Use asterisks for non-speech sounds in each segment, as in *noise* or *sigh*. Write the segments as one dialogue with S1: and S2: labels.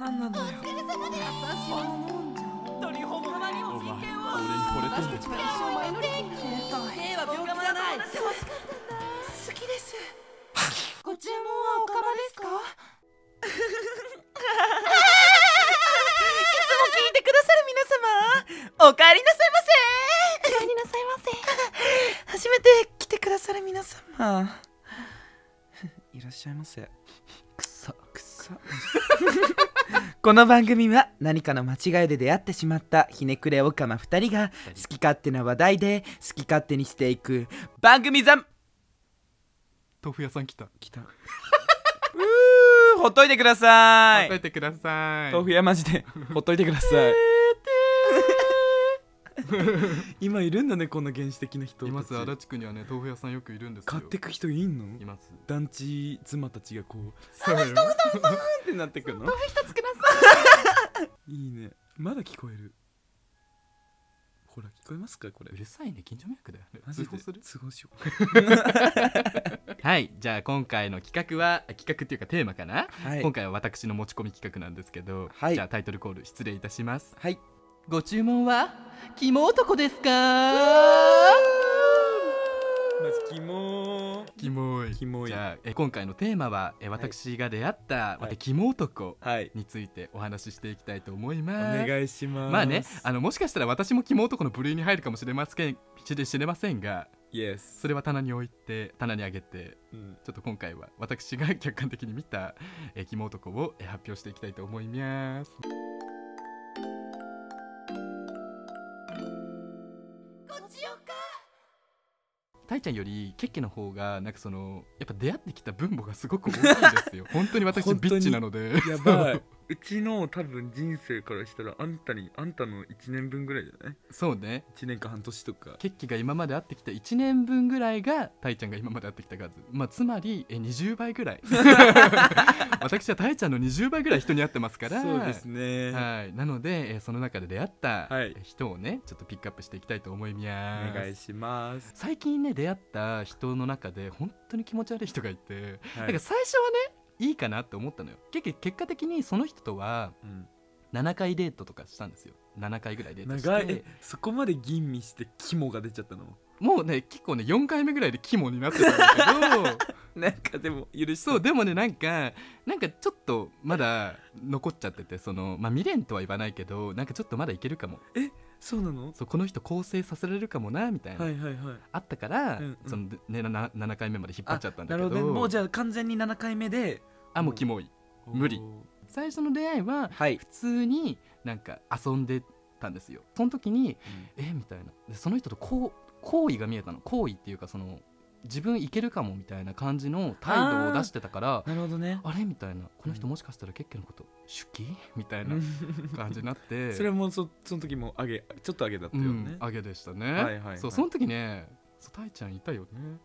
S1: 何なのよ私は飲んじゃおう
S2: ドリホモにも
S3: お
S2: 人権
S3: 前
S2: を
S3: 俺に惚れ
S1: 私
S3: てん
S1: たちは
S3: の
S1: 一生前乗り切れた兵は病気じゃない
S2: 僕
S1: 好きですご注文はおかまですか
S4: いつも聞いてくださる皆様お帰りなさいませお帰りなさいませ初めて来てくださる皆様
S3: いらっしゃいませくさくさ
S4: この番組は何かの間違いで出会ってしまったひねくれオカマ2人が好き勝手な話題で好き勝手にしていく番組ざんう
S3: 豆腐屋さん来た来た
S4: ーほっといてくださ
S3: 答え
S4: い
S3: てください
S4: 豆腐屋マジ *laughs* でほっといてください *laughs* 今いるんだねこんな原始的な人
S3: います足立区にはね豆腐屋さんよくいるんですよ
S4: 買ってく人いんの
S3: います
S4: 団地妻たちがこう
S3: そうよ
S4: ってなってくの豆腐一つください *laughs* いいねまだ聞こえるほら聞こえますかこれ
S3: うるさいね近所迷惑だよね
S4: マジ
S3: 通
S4: で
S3: 報する
S4: 通報しよう
S3: はいじゃあ今回の企画は企画っていうかテーマかな、
S4: は
S3: 今回は私の持ち込み企画なんですけど、
S4: はい
S3: じゃあタイトルコール失礼いたします
S4: はい
S3: ご注文はキモ男ですか
S4: まずキモー
S3: キモい
S4: キモい
S3: じゃあえ今回のテーマはえ私が出会った、またキモ男
S4: はい
S3: についてお話ししていきたいと思い
S4: お
S3: ます
S4: 願いします
S3: まあねあのもしかしたら私もキモ男の部類に入るかもしれません知れませんが
S4: イエス
S3: それは棚に置いて棚に上げて
S4: うん
S3: ちょっと今回は私が客観的に見たえーキモ男をえー発表していきたいと思います。たいちゃんよりケッケの方がなんかそのやっぱ出会ってきた分母がすごく大きいです
S4: *laughs*
S3: よ本当に私
S4: 本当
S3: ビ
S4: に
S3: ッチなので
S4: やばい
S5: うちの多分人生からしたらあんたにあんたの1年分ぐらいじゃない
S3: そうね
S4: 1年か半年とか
S3: ケッケが今まで会ってきた1年分ぐらいがたいちゃんが今まで会ってきた数、まあ、つまりえー20倍
S4: *laughs*
S3: ぐらい私はたいちゃんの20倍ぐらい人に会ってますから
S4: そうですね
S3: はい、なので、えーその中で出会った
S4: はい
S3: 人をね、ちょっとピックアップしていきたいと思い
S4: お
S3: ます。
S4: 願いします
S3: 最近ね出会った人の中で本当に気持ち悪い人がいて、
S4: は
S3: なんか最初はねいいかなって思ったのよ結局結果的にその人とは
S4: うん
S3: 7回デートとかしたんですよ7回ぐらいデートして
S4: 長いえそこまで吟味して肝が出ちゃったの
S3: もうね結構ね4回目ぐらいで肝になってたんだ
S4: *laughs*
S3: けど
S4: なんかでも許し
S3: そうでもねなんかなんかちょっとまだ残っちゃっててそのまあ未練とは言わないけどなんかちょっとまだいけるかも
S4: そうなの
S3: そうこの人更生させられるかもなみたいな、
S4: はいはいはい
S3: あったから、
S4: うんうん
S3: そのねな7回目まで引っ張っちゃったんだけ
S4: なる
S3: ど
S4: ほどねもうじゃあ完全に7回目で
S3: あもうキモい無理最初の出会いは
S4: はい
S3: 普通になんか遊んでたんですよその時に、えみたいなでその人とこう好意が見えたの好意っていうかその自分いけるかもみたいな感じの態度を出してたから
S4: なるほどね
S3: あれみたいなこの人もしかしたら結家のこと手記みたい *laughs* な感じになって
S4: *laughs* それもそその時も上げちょっと上げだった
S3: う
S4: よね、
S3: んあげでしたね、
S4: はいはいはい
S3: そうその時ねそうたいちゃんいたよね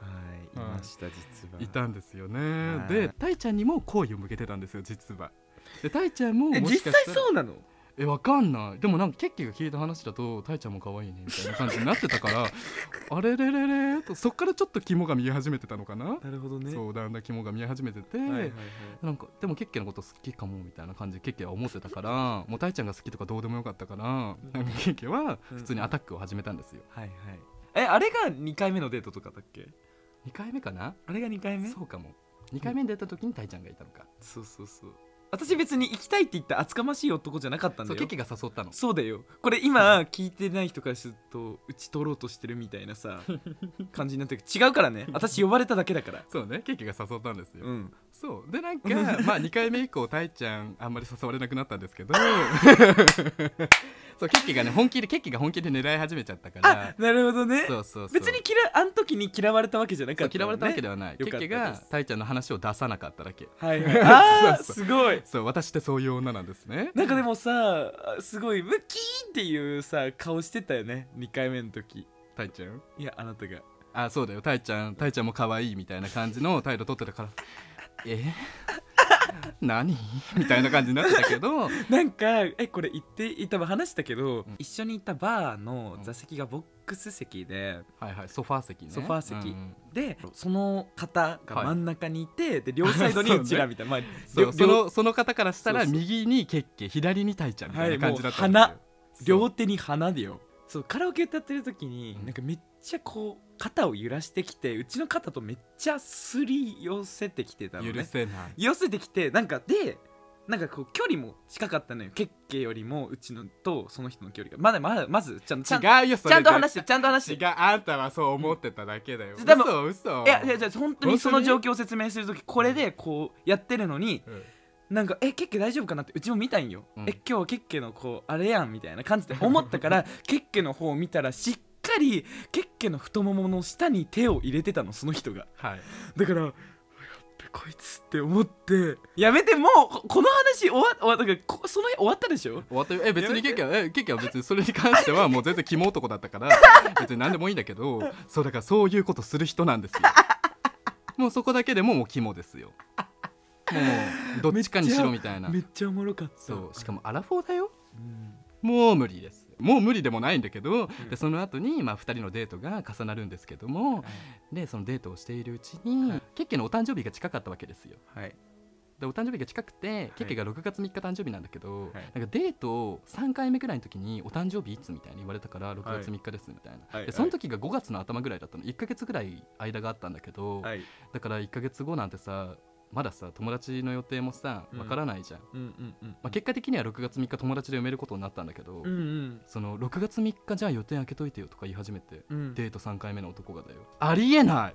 S4: はいい
S3: はい
S4: ました実はい
S3: たんですよね
S4: はい
S3: でたいちゃんにも好意を向けてたんですよ実はでたいちゃんも
S4: え
S3: もしか
S4: 実
S3: したら
S4: 際そうなの
S3: えわかんないでもなんかケッキーが聞いた話だとたいちゃんも可愛いねみたいな感じになってたから
S4: *laughs*
S3: あれれれれとそっからちょっと肝が見え始めてたのかな、
S4: なるほどね
S3: そうだんだん肝が見え始めてて、
S4: はいはいはい
S3: なんかでもケッケのこと好きかもみたいな感じでケッケは思ってたからもうたいちゃんが好きとかどうでもよかったからなんかケッケは普通にアタックを始めたんですよ、
S4: はいはいえあれが2回目のデートとかだっけ
S3: 2回目かな
S4: あれが2回目
S3: そうかも2回目に出た時にたいちゃんがいたのか、
S4: そうそうそう私別に行きたいって言った厚かましい男じゃなかったん
S3: そう
S4: だよ
S3: ケッケが誘ったの
S4: そうだよこれ今聞いてない人からすると打ち取ろうとしてるみたい
S3: *laughs*
S4: なさ感じになってる違うからね私呼ばれただけだから
S3: そうねケッケが誘ったんですよ、
S4: うん
S3: そうでなんかまあ2回目以降たいちゃんあんまり誘われなくなったんです
S4: *laughs*
S3: けどそうケッキがね本気でケッキが本気で狙い始めちゃったから
S4: あなるほどね
S3: そうそうそう
S4: 別に嫌あの時に嫌われたわけじゃなか
S3: そう
S4: った、ね、
S3: 嫌われたわけではない、
S4: よ
S3: ケ
S4: か
S3: ッ
S4: った
S3: キ
S4: です
S3: がたいちゃんの話を出さなかっただけ
S4: はい
S3: *laughs*
S4: はい、あー
S3: そう
S4: すごい
S3: そう私ってそういう女なんですね
S4: なんかでもさすごいムキーンっていうさ顔してたよね2回目の時
S3: たいちゃん
S4: いやあなたが
S3: あそうだ *laughs* よたいちゃんたいちゃんも可愛いみたいな感じの態度取ってたからえ *laughs* 何みたいな感じになってたけ *laughs* ど
S4: なんかえこれ言って多分話したけど、
S3: うん
S4: 一緒に行ったバーの座席がボックス席で、
S3: はいはいソファー席ね
S4: ソファー席
S3: うん
S4: でその方が
S3: はい
S4: 真ん中にい
S3: *laughs*
S4: て、で両サイドにうちらみたいな、まあ
S3: そう
S4: 両
S3: そのその方からしたら
S4: そうそう
S3: 右にケッケ左にタイちゃんみたいな感じだった
S4: はいもう
S3: よ
S4: 両手に花でよそうカラオケ歌ってる時に、
S3: うん
S4: なんかめっちゃこう肩を揺らしてきてうちの肩とめっちゃすり寄せてきてたの
S3: そう許
S4: ね
S3: せない
S4: 寄せてきてなんかでなんかこう距離も近かったのよケッケよりもうちのとその人の距離がまだまだまずちゃんちゃんち
S3: 違うよそれ
S4: ゃんと話してちゃんと話して
S3: 違うあんたはそう思ってただけだよ、
S4: うんでも
S3: 嘘嘘
S4: いやいやいや本当にその状況を説明する時これでこうやってるのに
S3: うん
S4: なんか「えケッケ大丈夫かな?」ってうちも見たんよ、
S3: うん
S4: え今日はケッケのこうあれやんみたいな感じで思ったから *laughs* ケッケの方を見たらしっかりケッケの太ももの下に手を入れてたのその人が
S3: はい
S4: だから「やっべこいつ」って思ってやめてもうここの話終わ終わだからこその日終わったでしょ
S3: 終わったよえ別にケーキはえケーキは別にそれに関してはもう全然肝男だった
S4: *laughs*
S3: から別に何でもいいんだけどそうだからそういうことする人なんです
S4: *laughs*
S3: よもうそこだけでももう肝ですよもうどっちかにしろみたいな
S4: めっちゃおもろかった
S3: そうしかもアラフォーだよ
S4: うん
S3: もう無理ですもう無理でもないんだけど、でその後にまあ、2人のデートが重なるんですけども、でそのデートをしているうちに、ケッケのお誕生日が近かったわけですよ
S4: はい
S3: でお誕生日が近くて、ケッケが6月3日誕生日なんだけど、
S4: い
S3: なんかデートを3回目くらいの時に「お誕生日いつ?」みたいに言われたから「6月3日です」みたいな、
S4: はいはい
S3: でその時が5月の頭ぐらいだったの1ヶ月ぐらい間があったんだけど、
S4: はい
S3: だから1ヶ月後なんてさまださ友達の予定もさ
S4: うん
S3: わからないじゃん、
S4: うんうんうん
S3: まあ、結果的には6月3日友達で埋めることになったんだけど、
S4: うんうん
S3: その6月3日じゃあ予定開けといてよとか言い始めて、
S4: うん
S3: デート3回目の男がだよありえない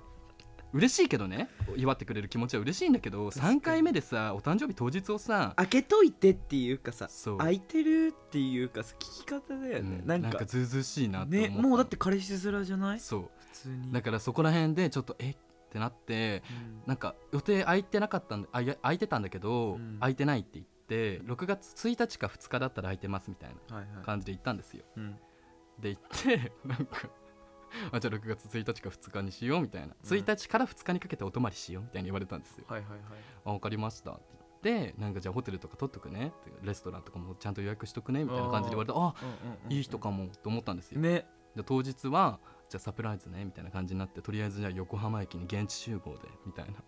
S3: 嬉しいけどね祝ってくれる気持ちは嬉しいんだけど
S4: かに
S3: 3回目でさお誕生日当日をさ
S4: 開けといてっていうかさ
S3: そう
S4: 開いてるっていうかさ聞き方だよね、
S3: うん
S4: な
S3: なんん
S4: か
S3: かずうずうしいなって思
S4: ね
S3: った
S4: もうだって彼氏面じゃない普
S3: そう
S4: 通に
S3: だからそこら辺でちょっとえってなって
S4: うん
S3: なんか予定空いてなかったんであいや空いてたんだけど、
S4: うん
S3: 空いてないって言って6月1日か2日だったら空いてますみたい
S4: はいは
S3: ない感じで行ったんですよ
S4: うん
S3: で行ってなんかあじゃあ6月1日か2日にしようみたいな1日から2日にかけてお泊まりしようみたいに言われたんですよ、
S4: はいはいはい
S3: あ分かりましたって言ってなんかじゃあホテルとか取っとくねってレストランとかもちゃんと予約しとくねみたいな感じで言われてあ
S4: うんうんうん
S3: いい人かもと思ったんですよ、
S4: ね
S3: で当日はじゃあサプライズねみたいな感じになってとりあえずじゃあ横浜駅に現地集合でみたいな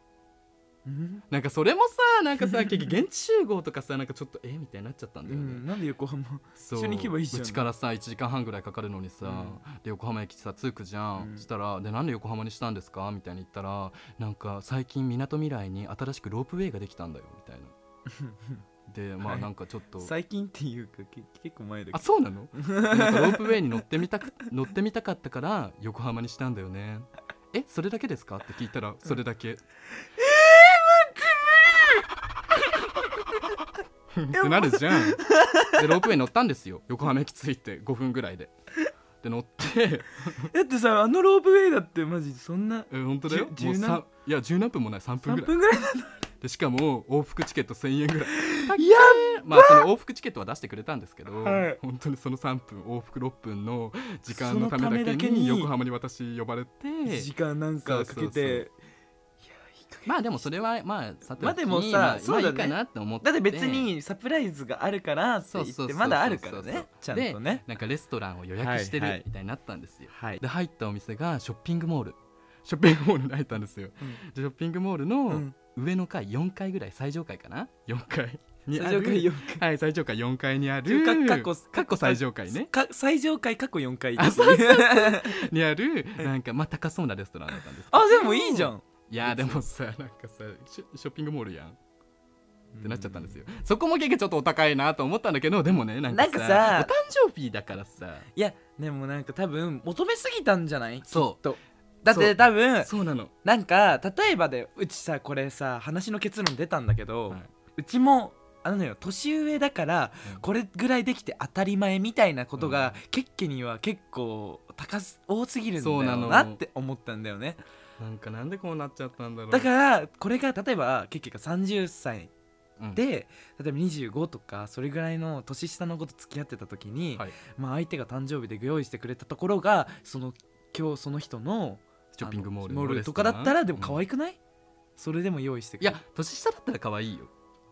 S4: うん、
S3: なんかそれもさなんかさ結局現地集合とかさなんかちょっとえみたいになっちゃったんだよね、
S4: なんで横浜
S3: そう
S4: 一緒に行けばいいじゃん
S3: うちからさ1時間半ぐらいかかるのにさ、
S4: うん
S3: で横浜駅さ着くじゃん、
S4: うん
S3: したらで「なんで横浜にしたんですか?」みたいに言ったら「なんか最近みなとみらいに新しくロープウェイができたんだよ」みたいなでま
S4: は
S3: あ
S4: い
S3: なんかちょっと、
S4: 最近っていうかけ結構前だ
S3: あ
S4: け
S3: そうなのなんかロープウェイに乗ってみたく
S4: *laughs*
S3: 乗ってみたかったから横浜にしたんだよねえそれだけですかって聞いたらそれだけえ *laughs* ー、待ってってなるじゃんでロープウェイ乗ったんですよ横浜駅着いて5分ぐらいでで乗って
S4: どだってさあのロープウェイだってマジそんな
S3: え本当だよ
S4: じゅ
S3: もう
S4: 十何
S3: さいや十何分もない3分ぐらい
S4: 3分ぐらい
S3: でしかも往復チケット1000円ぐらい
S4: いや
S3: まあその往復チケットは出してくれたんですけど、
S4: はい
S3: 本当にその3分往復6分の時間
S4: その
S3: のため
S4: ためだ
S3: だ
S4: け
S3: け
S4: に
S3: に横浜に私呼ばれて
S4: 時間なんかかけて
S3: そうそうそう
S4: いやいい加減
S3: まあでもそれはまあさておき
S4: まあでもさ
S3: まあ
S4: そうだね
S3: まあいいかなって思って
S4: だって別にサプライズがあるからって言って
S3: そうそうそうそう
S4: まだあるからねちゃ
S3: そうそうん
S4: とね
S3: なんかレストランを予約して
S4: はいはい
S3: るみたいになったんですよ、
S4: はい
S3: で入ったお店がショッピングモール *laughs* ショッピングモールに入ったんですよ、
S4: うん
S3: でショッピングモール
S4: う
S3: の
S4: ん
S3: 上の階4階ぐらい最上階かな4階にあ
S4: 最
S3: る
S4: 上階4
S3: はい最上階4階にある
S4: 階か過去
S3: かっこ最上階ね
S4: か最上階過去4階
S3: あ
S4: そうそう
S3: にあ
S4: *laughs*
S3: るなんかまあ高そうなレストランだったんです
S4: あでもいいじゃん
S3: いやーでもさなんかさショショッピングモールやんってなっちゃったんですよそこも結局ちょっとお高いなと思ったんだけどでもねなんかさ
S4: なんかさ
S3: お誕生日だからさ
S4: いやでもなんか多分求めすぎたんじゃない
S3: そ
S4: とだって多分
S3: そうなの
S4: なんか例えばでうちさこれさ話の結論出たんだけど、
S3: はいう
S4: ちもあのよ年上だから
S3: うん
S4: これぐらいできて当たり前みたいなことが、
S3: う
S4: ケッケには結構高す多すぎるんだよ
S3: そうなの
S4: なって思ったんだよね
S3: なんかなんでこうなっちゃったんだろう
S4: だからこれが例えばケッケが30歳
S3: うん
S4: で例えば25とかそれぐらいの年下の子と付き合ってた時に、
S3: はい
S4: まあ、相手が誕生日で用意してくれたところがその今日その人の
S3: ショッピングモール
S4: あのとかだったらでも可
S3: い
S4: 愛くない、それでも用意してく
S3: い
S4: れ
S3: や年下だったら可愛いよ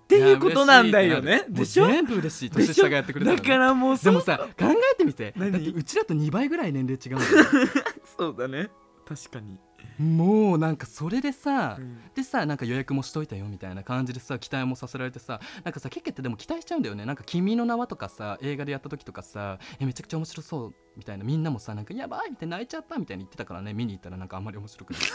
S4: ていうことなんだよ
S3: いや
S4: ね
S3: 嬉しいってなる
S4: でしょ
S3: もう全部嬉しい
S4: でし
S3: 年
S4: ょ
S3: 下がやってくれた
S4: だからもうそ
S3: で
S4: う
S3: も
S4: *laughs*
S3: さ考えてみてだっ
S4: 何
S3: てうちらと2倍ぐらい年齢違うんだよ
S4: *laughs* そうだね確かに
S3: もうなんかそれでさ、
S5: うん
S3: でさなんか予約もしといたよみたいな感じでさ期待もさせられてさなんかさケッケってでも期待しちゃうんだよねなんか「君の名は」とかさ映画でやった時とかさえめちゃくちゃ面白そうみたいなみんなもさなんか「やばい」みたいな泣いちゃったみたいに言ってたからね見に行ったらなんかあんまり面白くないみたい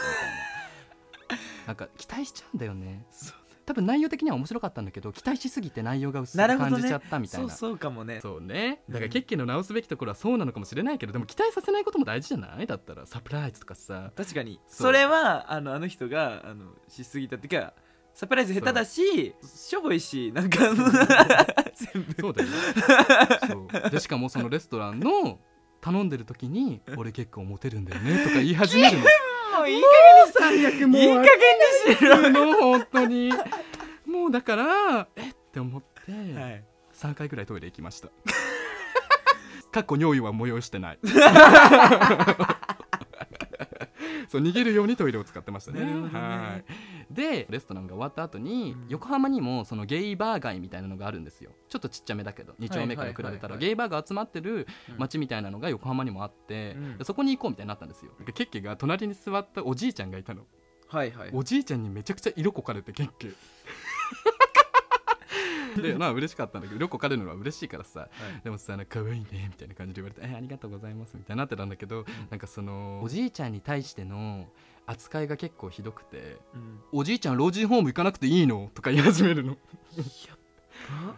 S3: な
S4: *laughs*
S3: なんか期待しちゃうんだよね
S4: そう
S3: 多分内容的には面白かったんだけど期待しすぎて内容が薄
S4: な
S3: く
S4: るほどね
S3: 感じちゃったみたい
S4: そ
S3: な、
S4: うそうかもね
S3: そうねだからケッケの直すべきところはそうなのかもしれないけどでも期待させないことも大事じゃないだったらサプライズとかさ
S4: 確かに
S3: そう
S4: それはあのあの人があのしすぎたっていうかサプライズ下手だししょぼいしなんか全部
S3: そうだ
S4: *laughs*
S3: よねそうでしかもそのレストランの頼んでる時に「俺結構モテるんだよね」とか言い始めるの
S4: もういい
S3: 最悪
S4: いい加減にしろ
S3: もうもう本当にもうだからえって思って、
S4: はい
S3: 3回ぐらいトイレ行きましたかっこ尿意は催して
S4: *laughs*
S3: ないそう逃げるようにトイレを使ってましたね
S4: なるほどね
S3: はいでレストランが終わった後に、
S4: うん
S3: 横浜にもそのゲイバー街みたいなのがあるんですよちょっとちっちゃめだけど2丁目から比べたら、
S4: はいはいはいはい
S3: ゲイバーが集まってる街みたいなのが横浜にもあって、
S4: うん
S3: でそこに行こうみたいになったんですよでケッケが隣に座ったおじいちゃんがいたの
S4: はいはい
S3: おじいちゃんにめちゃくちゃ色こかれて結 *laughs* 局でまあ嬉しかったんだけど色こかれるのは嬉しいからさ、でもさなんか可愛いねみたいな感じで言われて「えありがとうございます」みたいになってたんだけど、なんかそのおじいちゃんに対しての扱いが結構ひどくて
S4: うん
S3: 「おじいちゃん老人ホーム行かなくていいの?」とか言い始めるの *laughs*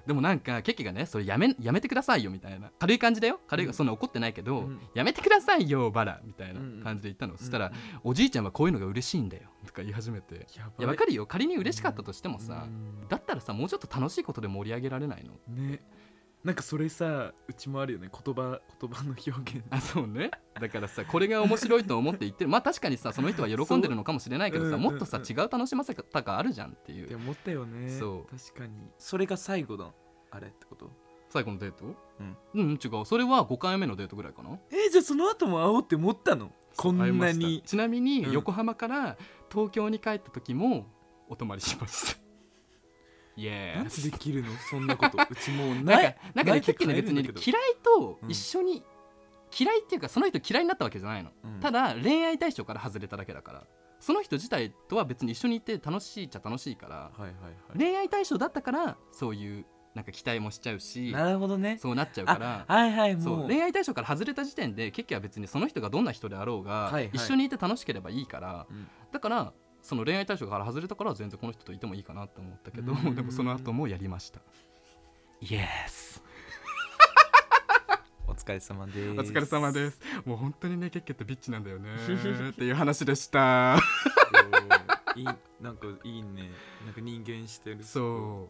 S3: でもなんかケッキがねそれやめやめてくださいよみたいな軽い感じだよ軽い、
S4: うん
S3: そんな怒ってないけど、
S4: うん
S3: やめてくださいよバラみたいな
S4: うん
S3: 感じで言ったの、そしたら、おじいちゃんはこういうのが嬉しいんだよ」とか言い始めて
S4: やば
S3: いやわかるよ仮に嬉しかったとしてもさ、
S4: うん
S3: だったらさもうちょっと楽しいことで盛り上げられないの
S4: ねなんかそれさうちもあるよね言葉言葉の表現
S3: *laughs* あそうねだからさこれが面白いと思って言って *laughs* るまあ確かにさその人は喜んでるのかもしれないけど
S4: そ
S3: さ
S4: う
S3: もっとさ
S4: うんうん
S3: 違う楽しませ方があるじゃんってい
S4: って
S3: う
S4: 思ったよね
S3: そう
S4: 確かにそれが最後のあれってこと
S3: 最後のデート
S4: うん、
S3: うん、違うそれは5回目のデートぐらいかな
S4: えーじゃあその後も会おうって思ったのこん
S3: 会いま
S4: な
S3: した
S4: に
S3: ちなみ
S4: う
S3: に
S4: ん
S3: 横浜から東京に帰った時もお泊まりしました *laughs* イエ
S4: な
S3: ー
S4: んで
S3: ス
S4: でき *laughs* るのそんなことうちも
S3: な
S4: うなん
S3: んかなんかね
S4: 結
S3: 結ね別に嫌いと一緒に、嫌いっていうかその人嫌いになったわけじゃないの、
S4: うん
S3: ただ恋愛対象から外れただけだからその人自体とは別に一緒にいて楽しいっちゃ楽しいから、
S4: はいはいはい、
S3: 恋愛対象だったからそういうなんか期待もしちゃうし
S4: なるほどね
S3: そうなっちゃうから
S4: あはいはい
S3: そ
S4: も
S3: う
S4: う
S3: 恋愛対象から外れた時点で結局は別にその人がどんな人であろうが、
S4: はいはい
S3: 一緒にいて楽しければいいから、
S4: うん
S3: だからその恋愛対象から外れたから全然この人といてもいいかなと思ったけど、
S4: うん
S3: でもその後もやりましたイエス
S4: お疲れ様で
S3: お
S4: す
S3: 疲れ様ですもう本当にね結局ってビッチなんだよ
S4: *laughs*
S3: ねっていう話でした
S4: おーいいなんかいいねなんか人間してる
S3: そ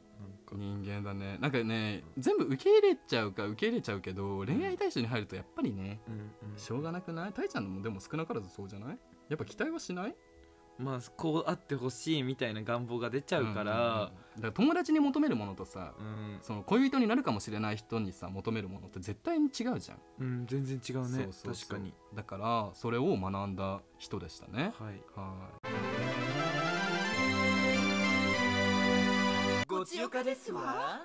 S3: う
S4: う
S3: 人間だねなんかね全部受け入れちゃうか受け入れちゃうけど恋愛対象に入るとやっぱりね
S4: うんうん
S3: しょうがなくないたいちゃんのもでも少なからずそうじゃないやっぱ期待はしない
S4: まあこうあってほしいみたいな願望が出ちゃうか
S3: う
S4: ら、
S3: んだから友達に求めるものとさ
S4: うん
S3: その恋人になるかもしれない人にさ求めるものって絶対に違うじゃん、
S4: うん、全然違う
S3: そう
S4: ね
S3: そうそう
S4: 確かに
S3: だからそれを学んだ人でしたね
S4: はい
S3: はい
S1: ごちよかですわ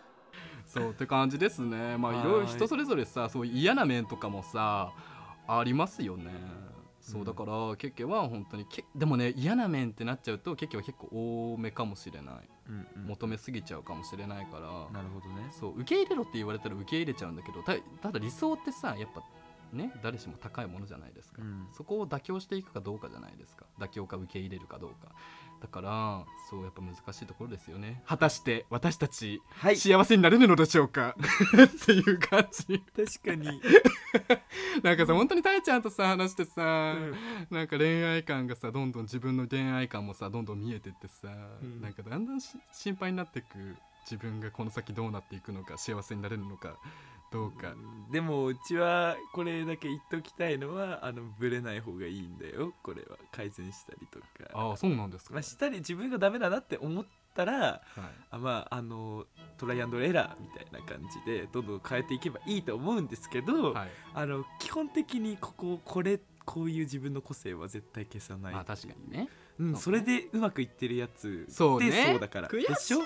S3: そうって感じですねまあ
S4: はい
S3: いろいろ人それぞれさそういう嫌な面とかもさありますよねそううんだからケッケは本当にけでもね嫌な面ってなっちゃうとケッケは結構多めかもしれない
S4: うんうん
S3: 求めすぎちゃうかもしれないから、
S4: なるほどね
S3: そう受け入れろって言われたら受け入れちゃうんだけどたただ理想ってさやっぱね誰しも高いものじゃないですか、
S4: うん
S3: そこを妥協していくかどうかじゃないですか妥協か受け入れるかどうかだからそうやっぱ難しいところですよね果たして私たち、
S4: はい
S3: 幸せになれるのでしょうか *laughs* っていう感じ
S4: 確かに、
S3: なんかさ本当にたえちゃんとさ話して
S4: う
S3: さ、
S4: ん
S3: なんか恋愛感がさどんどん自分の恋愛感もさどんどん見えてってさ、
S4: うん
S3: なんかだんだんし心配になってく自分がこの先どうなっていくのか幸せになれるのかどうか、
S4: でもうちはこれだけ言っときたいのはあのブレない方がいいんだよこれは改善したりとか
S3: ああそうなんですか、
S4: まあ、したり自分がダメだなって思ったら
S3: はい
S4: あまああのトライアンドエラーみたいな感じでどんどん変えていけばいいと思うんですけど、
S3: はい、
S4: あの基本的にこここれこういう自分の個性は絶対消さない
S3: まあ確かにね
S4: うん、そ
S3: そう
S4: れ
S3: ね
S4: でうまくいってるやつ
S3: そうね
S4: でそうだから
S3: 悔しい
S4: でしょ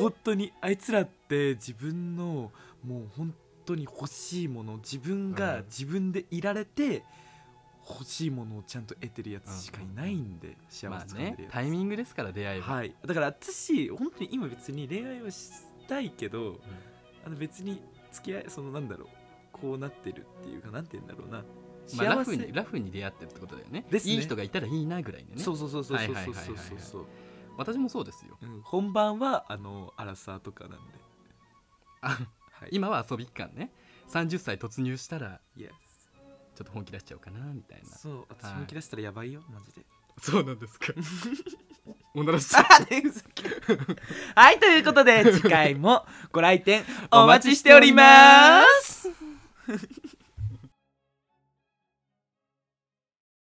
S4: 本当にあいつらって自分のもう本当に欲しいもの自分
S3: う
S4: が
S3: ん
S4: 自分でいられて欲しいものをちゃんと得てるやつしかいないんで幸
S3: ま
S4: せ
S3: あ
S4: つかんで
S3: ね
S4: るやつ、
S3: タイミングですから出会いは、
S4: はい、だから私本当に今別に恋愛はしたいけど、あの別に付き合いそのなんだろうこうなってるっていうかなんて言うんだろうな
S3: まあ、ラフにラフに出会ってるってことだよね
S4: ですね
S3: いい人がいたらいいなぐらいでね
S4: そうそうそうそうそ
S3: はい
S4: う
S3: はい
S4: そ
S3: はいは
S4: う
S3: いはい
S4: そうそう
S3: 私もそうですよ
S4: うん本番はあのアラサーとかなんで
S3: あ
S4: はい
S3: 今は遊び感ね30歳突入したら
S4: イエ
S3: ちょっと本気出しちゃおうかなみたいな
S4: スそう私
S3: はい
S4: 本気出したらやばいよマジで
S3: そうなんです *laughs* かおならし
S4: *laughs*
S1: はいということで次回もご来店お待ちしております